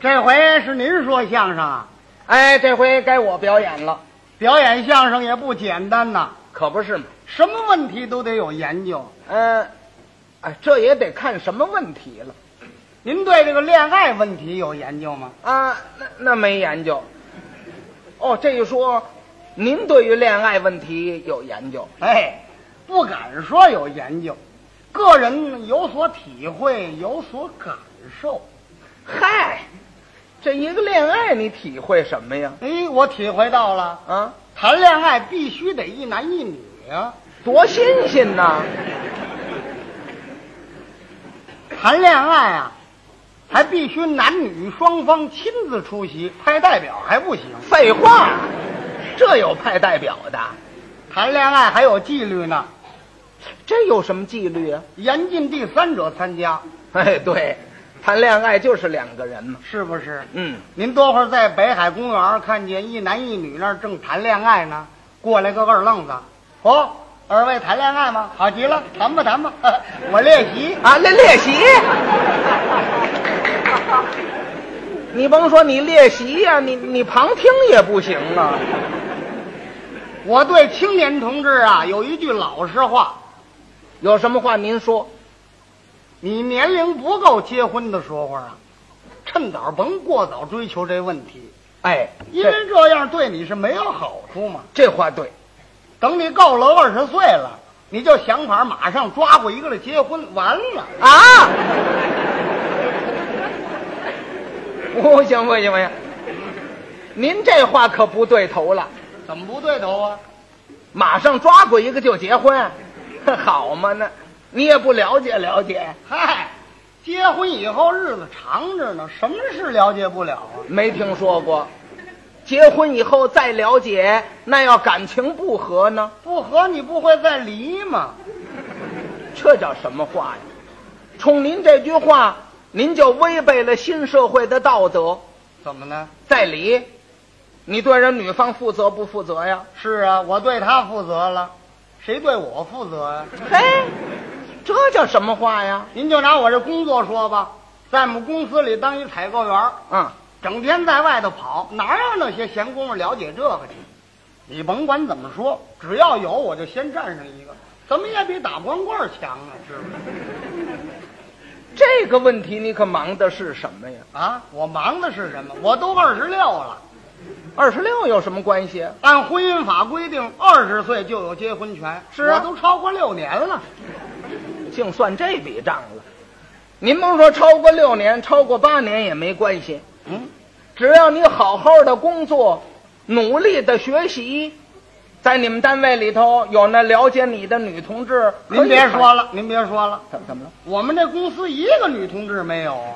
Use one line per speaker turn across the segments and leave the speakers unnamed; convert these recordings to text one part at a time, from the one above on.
这回是您说相声啊？
哎，这回该我表演了，
表演相声也不简单呐，
可不是嘛。
什么问题都得有研究。
嗯、哎，这也得看什么问题了
您对这个恋爱问题有研究吗？
啊。那那没研究。哦，这一说，您对于恋爱问题有研究？
哎，不敢说有研究，个人有所体会，有所感受。
嗨，这一个恋爱你体会什么呀？
哎，我体会到了，
啊，
谈恋爱必须得一男一女啊。
多新鲜呐！
谈恋爱啊，还必须男女双方亲自出席，派代表还不行。
废话，这有派代表的，
谈恋爱还有纪律呢，
这有什么纪律啊？
严禁第三者参加，
哎，对，谈恋爱就是两个人嘛。
是不是？
嗯，
您多会儿在北海公园看见一男一女那儿正谈恋爱呢，过来个二愣子，哦，二位谈恋爱吗？好极了，谈吧谈吧， 我练习。
啊，练练习。你甭说你练习呀、你你旁听也不行啊。
我对青年同志啊有一句老实话，
有什么话您说？
你年龄不够结婚的时候啊，趁早甭过早追求这问题，
哎，
因为这样对你是没有好处嘛。
这这话对，
等你够了二十岁了，你就想法马上抓过一个来结婚，完了。
啊！不行不行不行，您这话可不对头了。
怎么不对头啊？
马上抓过一个就结婚， 好嘛那，你也不了解了解，
嗨，结婚以后日子长着呢，什么事了解不了啊？
没听说过。结婚以后再了解，那要感情不和呢，
不和你不会再离吗？
这叫什么话呀？冲您这句话，您就违背了新社会的道德。
怎么呢？
再离，你对人女方负责不负责呀？
是啊，我对他负责了，谁对我负责呀、
嘿，这叫什么话呀？
您就拿我这工作说吧，在我们公司里当一采购员儿，
嗯，
整天在外头跑，哪有那些闲工夫了解这个去？你甭管怎么说，只要有我就先占上一个，怎么也比打光棍儿强啊，是不是？
这个问题你可忙的是什么呀？
啊，我忙的是什么？我都二十六了。
二十六有什么关系啊？
按婚姻法规定，二十岁就有结婚权。
是啊
我都超过六年了。
净算这笔账了。您甭说超过六年，超过八年也没关系，
嗯，
只要你好好的工作，努力的学习，在你们单位里头有那了解你的女同志，
您别说
了，
了，您别说了，
怎怎么了？
我们这公司一个女同志没有啊。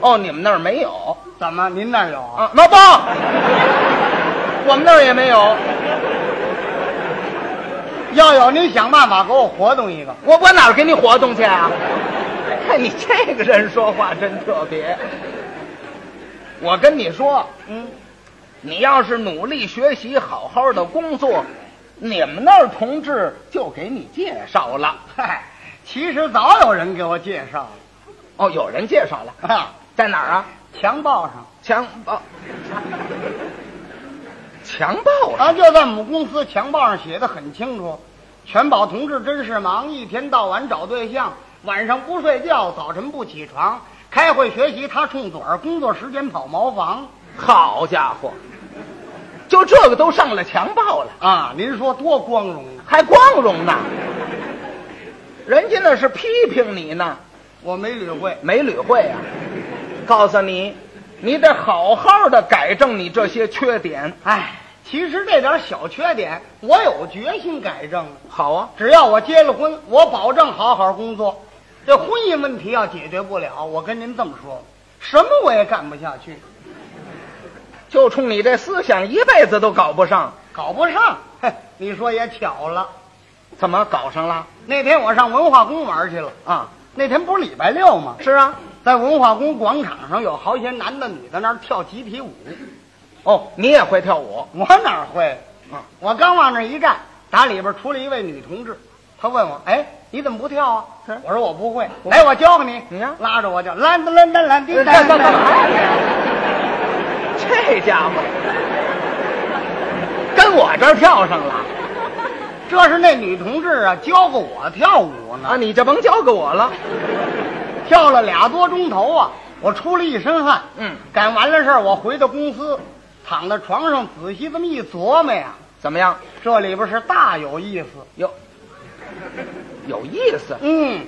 哦，你们那儿没有
怎么？您那儿有啊？
啊？老不，我们那儿也没有。
要有，您想办法给我活动一个。
我我哪儿给你活动去啊？ 看你这个人说话真特别。我跟你说，
嗯，
你要是努力学习，好好的工作，你们那儿同志就给你介绍了。
嗨，其实早有人给我介绍了，
哦，有人介绍了，
哈、啊，
在哪儿啊？
墙报上
强暴，强暴啊！
啊，就在我们公司墙报上写的很清楚，全宝同志真是忙，一天到晚找对象，晚上不睡觉，早晨不起床，开会学习他冲嘴儿，工作时间跑茅房
好家伙，就这个都上了强暴了，
啊！您说多光荣啊！
还光荣呢？人家那是批评你呢。
我没理会，
没理会啊！告诉你，你得好好的改正你这些缺点。
哎，其实这点小缺点，我有决心改正了。
好啊，
只要我结了婚，我保证好好工作。这婚姻问题要解决不了，我跟您这么说，什么我也干不下去，
就冲你这思想，一辈子都搞不上。
搞不上。嘿你说也巧了，
怎么搞上了？
那天我上文化宫玩去了啊。那天不是礼拜六吗？
是啊，
在文化宫广场上有好些男的女的那儿跳集体舞，
哦，你也会跳舞？
我哪会啊？我刚往那儿一站，打里边出来一位女同志，她问我：“哎，你怎么不跳啊
是？
我说我不会，来，我教给你。
你呀
拉着我就蓝的蓝蓝蓝的
这
蓝
这
的蓝。
这家伙跟我这儿跳上了
这是那女同志啊，教过我跳舞呢
啊！，你就甭交给我了。
跳了俩多钟头啊，我出了一身汗。
嗯，
赶完了事儿，我回到公司，躺在床上仔细这么一琢磨呀，
怎么样？
这里边是大有意思。
有有意思？
嗯，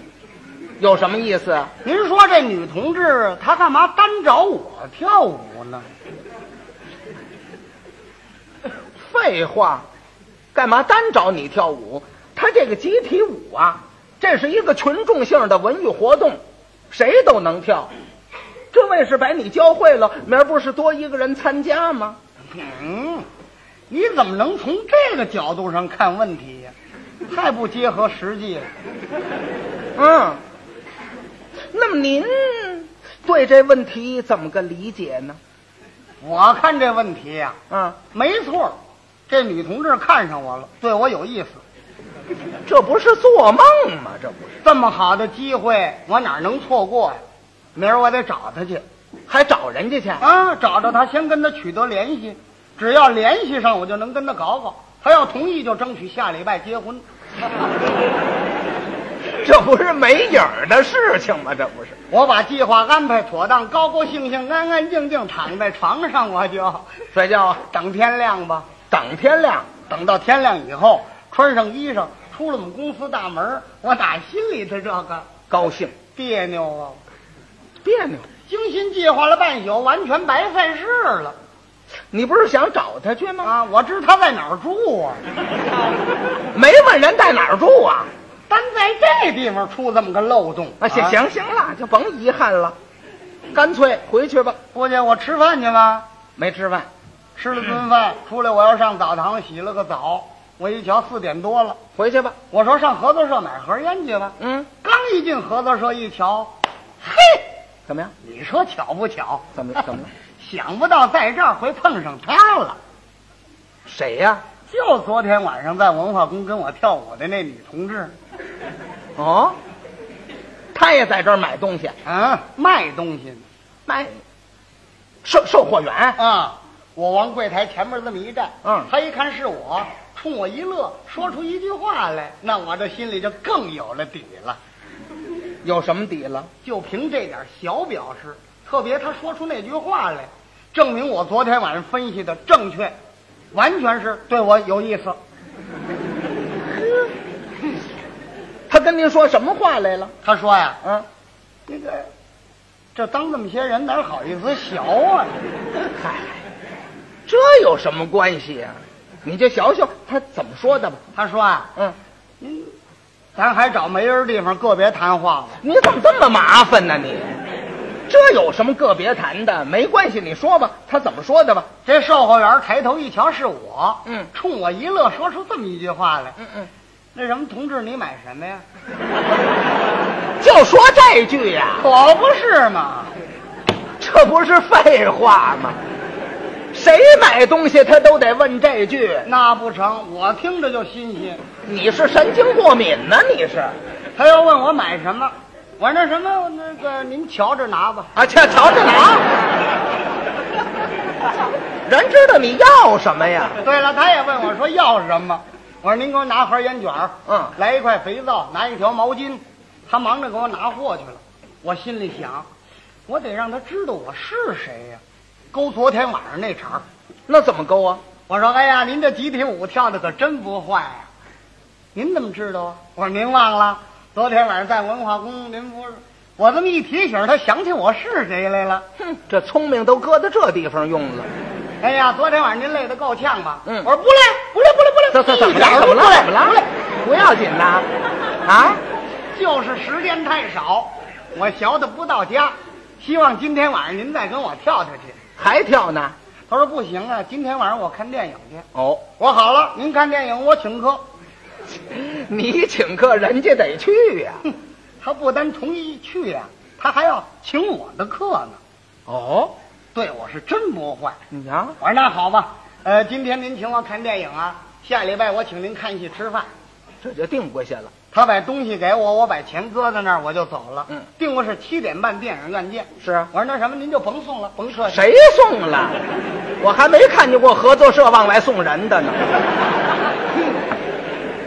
有什么意思？
您说这女同志她干嘛单找我跳舞呢？
废话，干嘛单找你跳舞？他这个集体舞啊，这是一个群众性的文艺活动，谁都能跳。这位是把你教会了，明儿不是多一个人参加吗？
嗯，你怎么能从这个角度上看问题呀？太不结合实际了。
嗯，那么您对这问题怎么个理解呢？
我看这问题呀、
啊，
没错儿，这女同志看上我了，对我有意思。
这不是做梦吗？这不是，
这么好的机会，我哪能错过呀？明儿我得找她去
还找人家去？
啊！找着她，先跟她取得联系，只要联系上，我就能跟她搞搞。她要同意，就争取下礼拜结婚。
这不是没影儿的事情吗？这不是。
我把计划安排妥当，高高兴兴、安安静静躺在床上，我就
睡觉啊，
等天亮吧。
等天亮。
等到天亮以后，穿上衣裳，出了我们公司大门，我打心里头这个
高兴，
别扭啊！
别扭。
精心计划了半宿，完全白费事了
你不是想找他去吗？
啊！我知他在哪儿住 啊，
没问人在哪儿住啊？
单在这地方出这么个漏洞
啊，行，行行了，就甭遗憾了，干脆回去吧。
姑姐，我吃饭去吧。
没吃饭，
吃了顿
嗯
饭出来，我要上澡堂洗了个澡。我一瞧四点多了，
回去吧。
我说上合作社买盒烟去吧。
嗯，
刚一进合作社一瞧，嘿，
怎么样？
你说巧不巧？
怎么了怎么了？
想不到在这儿会碰上她了。
谁呀、
就昨天晚上在文化宫跟我跳舞的那女同志，
哦，他也在这儿买东西，
啊，卖东西呢
买售售货员。
啊！我往柜台前面这么一站，
嗯
她一看是我，冲我一乐，说出一句话来，那我这心里就更有了底了。
有什么底了？
就凭这点小表示，特别她说出那句话来，证明我昨天晚上分析的正确，完全是对我有意思。
他跟您说什么话来了？
她说呀，
啊，
那个，这当这么些人哪好意思学啊？
嗨，这有什么关系呀、你就瞧瞧他怎么说的吧。
她说啊，
嗯，
您，咱还找没人地方个别谈话吧。
你怎么这么麻烦呢、你这有什么个别谈的？没关系，你说吧，他怎么说的吧？
这售货员抬头一瞧是我，
嗯
冲我一乐，说出这么一句话来
嗯嗯，：“
那什么同志，你买什么呀
就说这句？”呀、
可不是嘛，
这不是废话吗？谁买东西他都得问这句。
那不成，我听着就新鲜。
你是神经过敏呢、你是
他要问我买什么，我说那什么那个您瞧着拿吧。
啊？瞧瞧着拿，人知道你要什么呀？
对了，他也问我说要什么，我说您给我拿盒烟卷儿
嗯
来一块肥皂，拿一条毛巾。他忙着给我拿货去了，我心里想，我得让他知道我是谁呀、勾昨天晚上那茬儿。
那怎么勾啊？
我说：“哎呀，您这集体舞跳的可真不坏呀、您怎么知道啊？”我说：“您忘了昨天晚上在文化宫，您不是……我这么一提醒，他想起我是谁来了。
哼，这聪明都搁到这地方用了。
哎呀，昨天晚上您累得够呛吧？
嗯
我说不累，不累，不累，不累，
这这怎么
一点
了？
儿
怎
不
么
累
了？怎么
不累
了？不要紧呐，啊！
就是时间太少，我学的不到家。希望今天晚上您再跟我跳跳去。”
还跳呢？
他说：“不行啊，今天晚上我看电影去。
哦，”
我说：“好了，您看电影，我请客。”
你请客，人家得去呀、
哼，他不单同意去呀、他还要请我的客呢。
哦，
对我是真不坏。
你瞧，
我说那好吧，呃，今天您请我看电影啊，下礼拜我请您看戏吃饭。
这就定规下了。
他把东西给我，我把钱搁在那儿，我就走了。
嗯，
定的是七点半电影院见。
是啊
我说那什么，您就甭送了，甭客气。
谁送了？我还没看见过合作社往外送人的呢。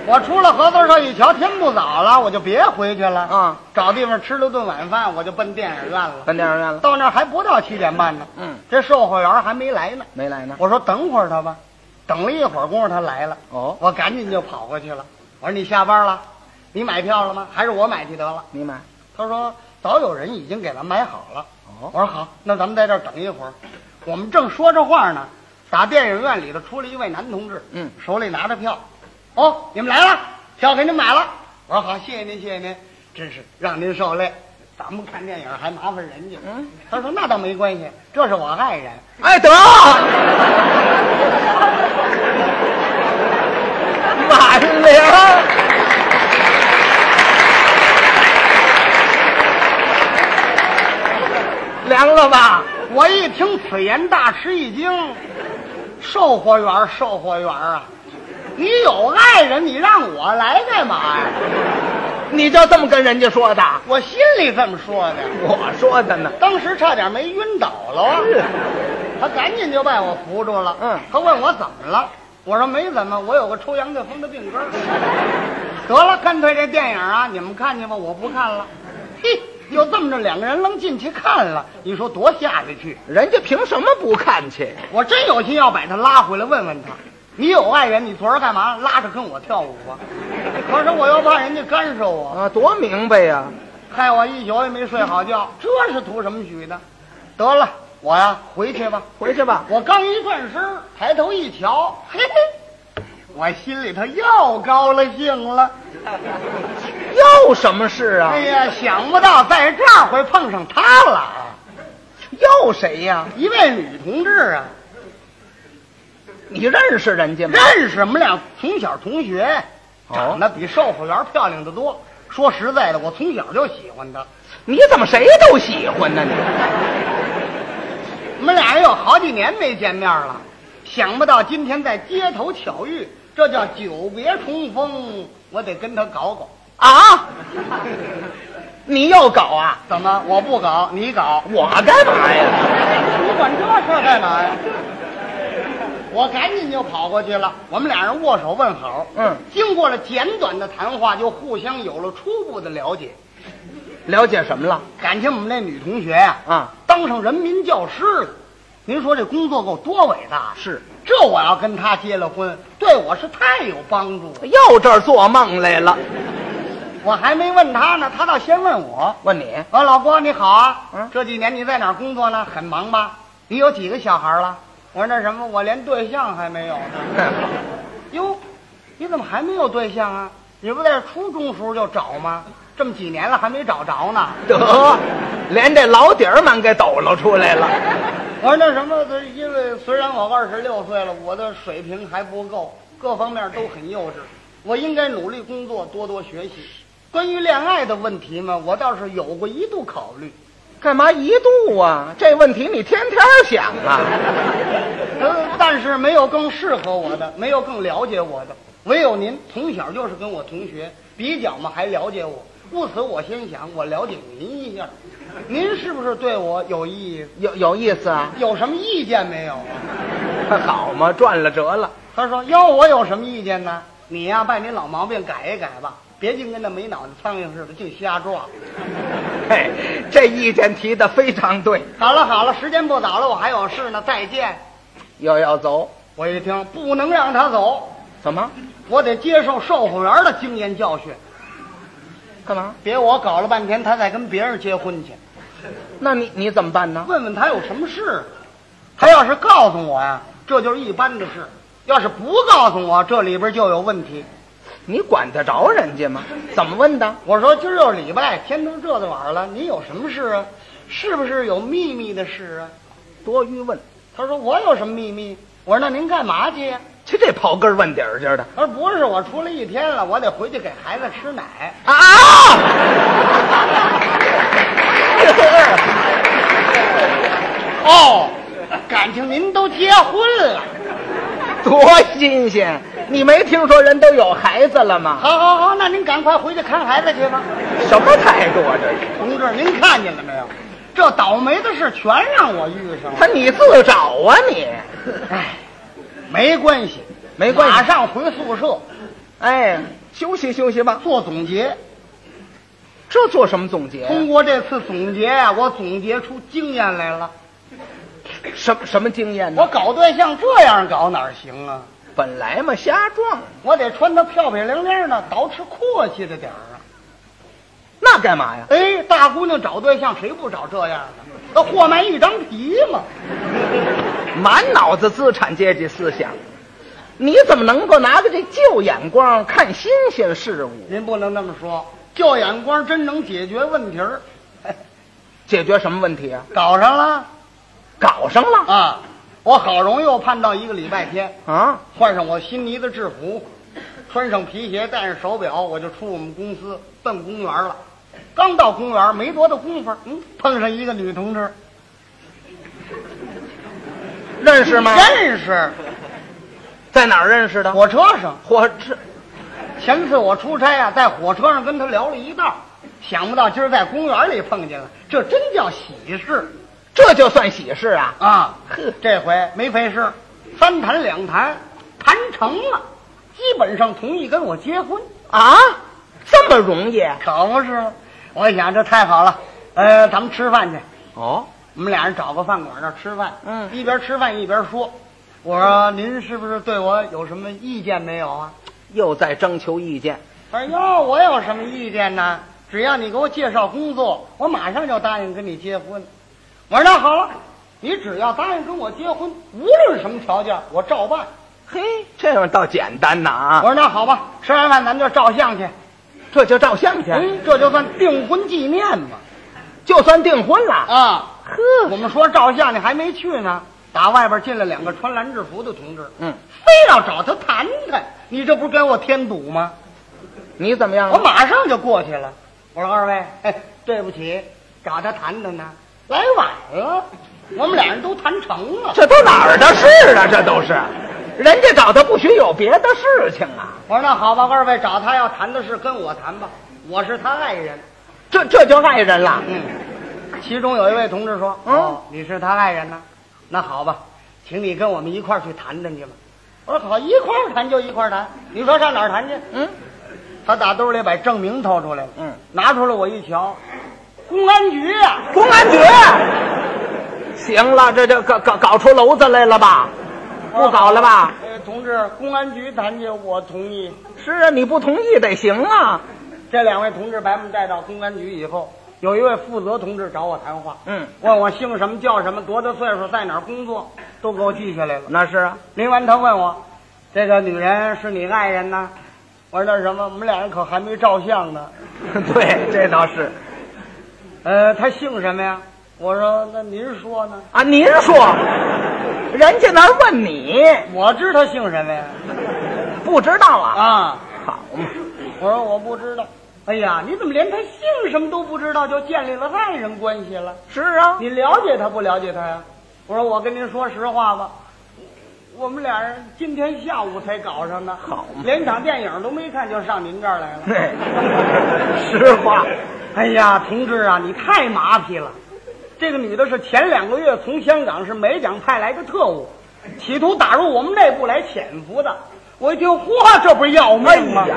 我出了合作社一瞧，天不早了，我就别回去了。
啊，
找地方吃了顿晚饭，我就奔电影院了。
奔电影院了，
到那儿还不到七点半呢。
嗯，
这售货员还没来呢。
没来呢。
我说等会儿他吧，等了一会儿功夫他来了，
哦，
我赶紧就跑过去了。我说你下班了，你买票了吗？还是我买去得了？
你买。
他说早有人已经给咱买好了。
哦
我说好，那咱们在这儿等一会儿。我们正说着话呢，打电影院里头出了一位男同志，
嗯
手里拿着票。哦，你们来了，票给您买了。我说好，谢谢您，谢谢您，真是让您受累。咱们看电影还麻烦人家。
嗯，
他说那倒没关系，这是我爱人。
哎，得， 满玲，凉了吧？
我一听此言，大吃一惊。售货员，售货员啊，你有爱人，你让我来干嘛呀、
你就这么跟人家说的？
我心里这么说的。
我说的呢。
当时差点没晕倒了啊
是！
他赶紧就把我扶住了。
嗯
他问我怎么了，我说没怎么，我有个抽羊对风的病根儿。得了，干脆这电影啊，你们看去吧，我不看了。嘿，就这么着，两个人愣进去看了，你说多下得去？
人家凭什么不看去？
我真有心要把他拉回来，问问他，你有爱人，你昨儿干嘛拉着跟我跳舞啊？可是我又怕人家干涉我。
啊，多明白呀、
害我一宿也没睡好觉，这是图什么许呢？得了，我呀回去吧。
回去吧。
我刚一转身，抬头一瞧，嘿嘿，我心里头又高了兴了。
要什么事啊
哎？呀，想不到在这儿会碰上他了啊，
要谁呀、
一位女同志啊，
你认识人家吗？
认识我们俩从小同学，
哦
长得比售货员漂亮的多。说实在的，我从小就喜欢她。
你怎么谁都喜欢呢？你
我们俩人有好几年没见面了，想不到今天在街头巧遇，这叫久别重逢。我得跟他搞搞，
啊？你要搞啊？
怎么我不搞你搞？
我干嘛呀？
你管这事儿干嘛呀？我赶紧就跑过去了，我们俩人握手问好。
嗯，
经过了简短的谈话，就互相有了初步的了解。
了解什么了？
感情我们那女同学呀、
啊，
当上人民教师了。您说这工作够多伟大啊！
是
这我要跟她结了婚，对我是太有帮助了。
又这儿做梦来了？
我还没问她呢，她倒先问我。
问你
啊，老郭你好啊，
嗯
这几年你在哪儿工作呢？很忙吧？你有几个小孩了？我说那什么，我连对象还没有呢。哟，你怎么还没有对象啊？你不在初中时候就找吗？这么几年了还没找着呢。
得，连这老底儿们给抖搂出来了。
我说那什么，这因为虽然我二十六岁了，我的水平还不够，各方面都很幼稚，我应该努力工作，多多学习。关于恋爱的问题嘛，我倒是有过一度考虑。
干嘛一度啊？这问题你天天想啊？
呃， 但是没有更适合我的，没有更了解我的，唯有您从小就是跟我同学，比较嘛还了解我，故此我先想我了解您一下，您是不是对我有意
有有意思啊？
有什么意见没有啊？
好嘛，转了折了。
他说要我有什么意见呢？你呀、把你老毛病改一改吧，别净跟那没脑袋苍蝇似的净瞎撞。
嘿，这意见提的非常对。
好了好了，时间不早了，我还有事呢，再见。
又要走，
我一听不能让他走，
怎么？
我得接受售货员的经验教训。
干嘛？
别我搞了半天，他再跟别人结婚去，
那你你怎么办呢？
问问他有什么事。他要是告诉我呀，这就是一般的事；要是不告诉我，这里边就有问题。
你管得着人家吗？怎么问的？
我说今儿又是礼拜，天都这的晚上了，你有什么事啊？是不是有秘密的事啊？
多余问，
他说我有什么秘密？我说那您干嘛去呀？
去这刨根问底儿去的
他说不是，我出来一天了，我得回去给孩子吃奶。
啊！
哦，感情您都结婚了。
多新鲜！你没听说人都有孩子了吗？
好好好，那您赶快回去看孩子去吧。
什么态度啊这是？
同志，您看见了没有？这倒霉的事全让我遇上了。
他你自找啊你！
哎，没关系，
没关系
马上回宿舍
哎，休息休息吧。
做总结。
这做什么总结？
通过这次总结呀，我总结出经验来了。
什么什么经验呢？
我搞对象这样搞哪儿行啊？
本来嘛瞎撞，
我得穿的漂漂亮亮的，捯饬阔气着点儿啊。
那干嘛呀？
哎，大姑娘找对象谁不找这样的？那货卖一张皮嘛。
满脑子资产阶级思想，你怎么能够拿着这旧眼光看新鲜事物？
您不能那么说，旧眼光真能解决问题儿。
解决什么问题啊？
搞上了
搞上了
啊！我好容易又盼到一个礼拜天，
啊！
换上我新呢的制服，穿上皮鞋，戴上手表，我就出我们公司奔公园了。刚到公园没多大功夫，嗯，碰上一个女同志，
认识吗？
认识，
在哪儿认识的？
火车上。
火车
前次我出差啊，在火车上跟她聊了一道，想不到今儿在公园里碰见了，这真叫喜事
这就算喜事啊！
啊！
呵
这回没费事，三谈两谈，谈成了，基本上同意跟我结婚。
啊，这么容易？
可不是吗？我一想这太好了，呃，咱们吃饭去。
哦，
我们俩人找个饭馆那儿吃饭，
嗯
一边吃饭一边说。我说您是不是对我有什么意见没有啊？
又在征求意见。
他说哟，我有什么意见呢？只要你给我介绍工作，我马上就答应跟你结婚。我说那好了，你只要答应跟我结婚，无论什么条件，我照办。
嘿，这样倒简单呐
我
啊！
说那好吧，吃完饭咱就照相去。
这就照相去，
嗯，这就算订婚纪念嘛。
就算订婚了。
啊，
呵
我们说照相呢，还没去呢，打外边进来两个穿蓝制服的同志，
嗯，
非要找他谈谈，你这不是给我添堵吗？
你怎么样啊
我？马上就过去了。我说二位， 哎，对不起，找他谈谈呢，来晚了，我们俩人都谈成了。
这都哪儿的事啊？这都是，人家找他不许有别的事情啊！
我说那好吧，二位找他要谈的事跟我谈吧，我是他爱人。
这这就爱人了。
嗯，其中有一位同志说：“
嗯
哦，你是他爱人呢、那好吧，请你跟我们一块儿去谈谈去吧。”我说：“好，一块儿谈就一块儿谈，你说上哪儿谈去
嗯？”
他打兜里把证明掏出来了，
嗯，
拿出来我一瞧，公安局啊呀、
公安局。行了，这这搞搞搞出娄子来了吧？不搞了吧？
呃，同志，公安局谈去，我同意。
是啊，你不同意得行啊。
这两位同志把我们带到公安局以后，有一位负责同志找我谈话，
嗯，
问我姓什么叫什么，多大岁数，在哪儿工作，都给我记下来了。
那 是啊。
临完，他问我：“这个女人是你爱人呢？”我说：“那什么，我们俩人可还没照相呢。
对，这倒是”
呃，她姓什么呀？我说：“那您说呢
啊。您说，人家那儿问你，？”
我知她姓什么呀？
不知道啊？
啊，
好嗯嘛，
我说我不知道。哎呀，你怎么连她姓什么都不知道，就建立了爱人关系了？
是啊。
你了解她不了解她呀？我说我跟您说实话吧，我们俩人今天下午才搞上呢，
好嘛
连场电影都没看就上您这儿来了。
嘿，实话，
哎呀，同志啊，你太麻痹了！这个女的是前两个月从香港是美蒋派来的特务，企图打入我们内部来潜伏的。我一听，嚯，这不是要命吗
哎呀？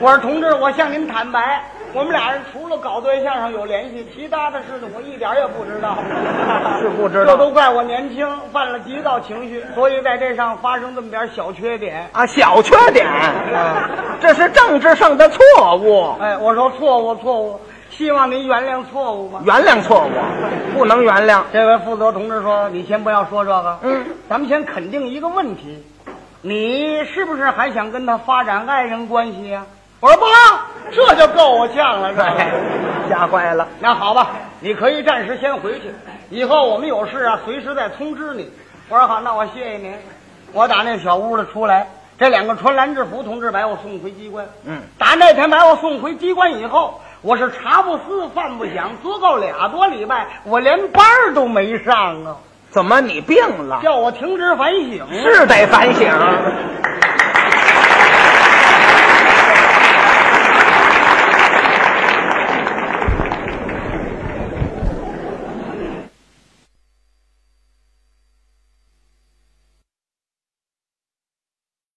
我说同志，我向您坦白，我们俩人除了搞对象上有联系，其他的事情我一点也不知道。
是不知道
这都怪我年轻，犯了急躁情绪，所以在这上发生这么点小缺点。
啊，小缺点，这是政治上的错误，
哎，我说错误错误，希望您原谅错误吧。
原谅错误，不能原谅。
这位负责同志说：“你先不要说这个，
嗯，
咱们先肯定一个问题，你是不是还想跟他发展爱人关系呀、我说：“不， 这就够我呛了，是吧？”
对，吓坏了。
哎那好吧，你可以暂时先回去，以后我们有事啊，随时再通知你。我说好，那我谢谢您。我打那小屋里出来，这两个穿蓝制服同志把我送回机关。
嗯，
打那天把我送回机关以后，我是茶不思饭不想，足够俩多礼拜，我连班儿都没上啊。
怎么你病了？
叫我停止反省。
是得反省。